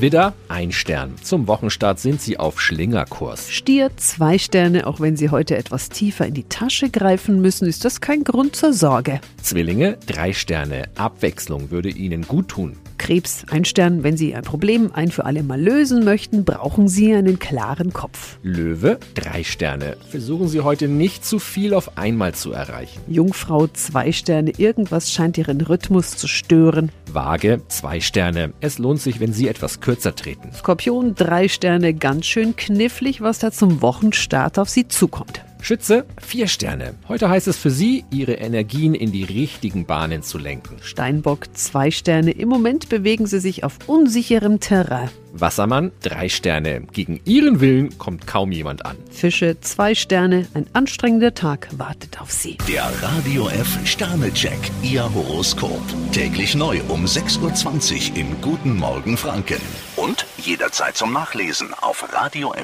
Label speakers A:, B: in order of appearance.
A: Widder, ein Stern. Zum Wochenstart sind Sie auf Schlingerkurs.
B: Stier, zwei Sterne, auch wenn Sie heute etwas tiefer in die Tasche greifen müssen, ist das kein Grund zur Sorge.
A: Zwillinge, drei Sterne. Abwechslung würde Ihnen gut tun.
B: Krebs, ein Stern, wenn Sie ein Problem ein für alle Mal lösen möchten, brauchen Sie einen klaren Kopf.
A: Löwe, drei Sterne. Versuchen Sie heute nicht zu viel auf einmal zu erreichen.
B: Jungfrau, zwei Sterne, irgendwas scheint Ihren Rhythmus zu stören.
A: Waage, zwei Sterne. Es lohnt sich, wenn Sie etwas kürzer treten.
B: Skorpion, drei Sterne, ganz schön knifflig, was da zum Wochenstart auf Sie zukommt.
A: Schütze, vier Sterne. Heute heißt es für Sie, Ihre Energien in die richtigen Bahnen zu lenken.
B: Steinbock, zwei Sterne, im Moment bewegen Sie sich auf unsicherem Terrain.
A: Wassermann, drei Sterne. Gegen Ihren Willen kommt kaum jemand an.
B: Fische, zwei Sterne, ein anstrengender Tag wartet auf Sie.
C: Der Radio F Sternecheck. Ihr Horoskop. Täglich neu um 6.20 Uhr im Guten Morgen Franken. Und jederzeit zum Nachlesen auf radiof.de.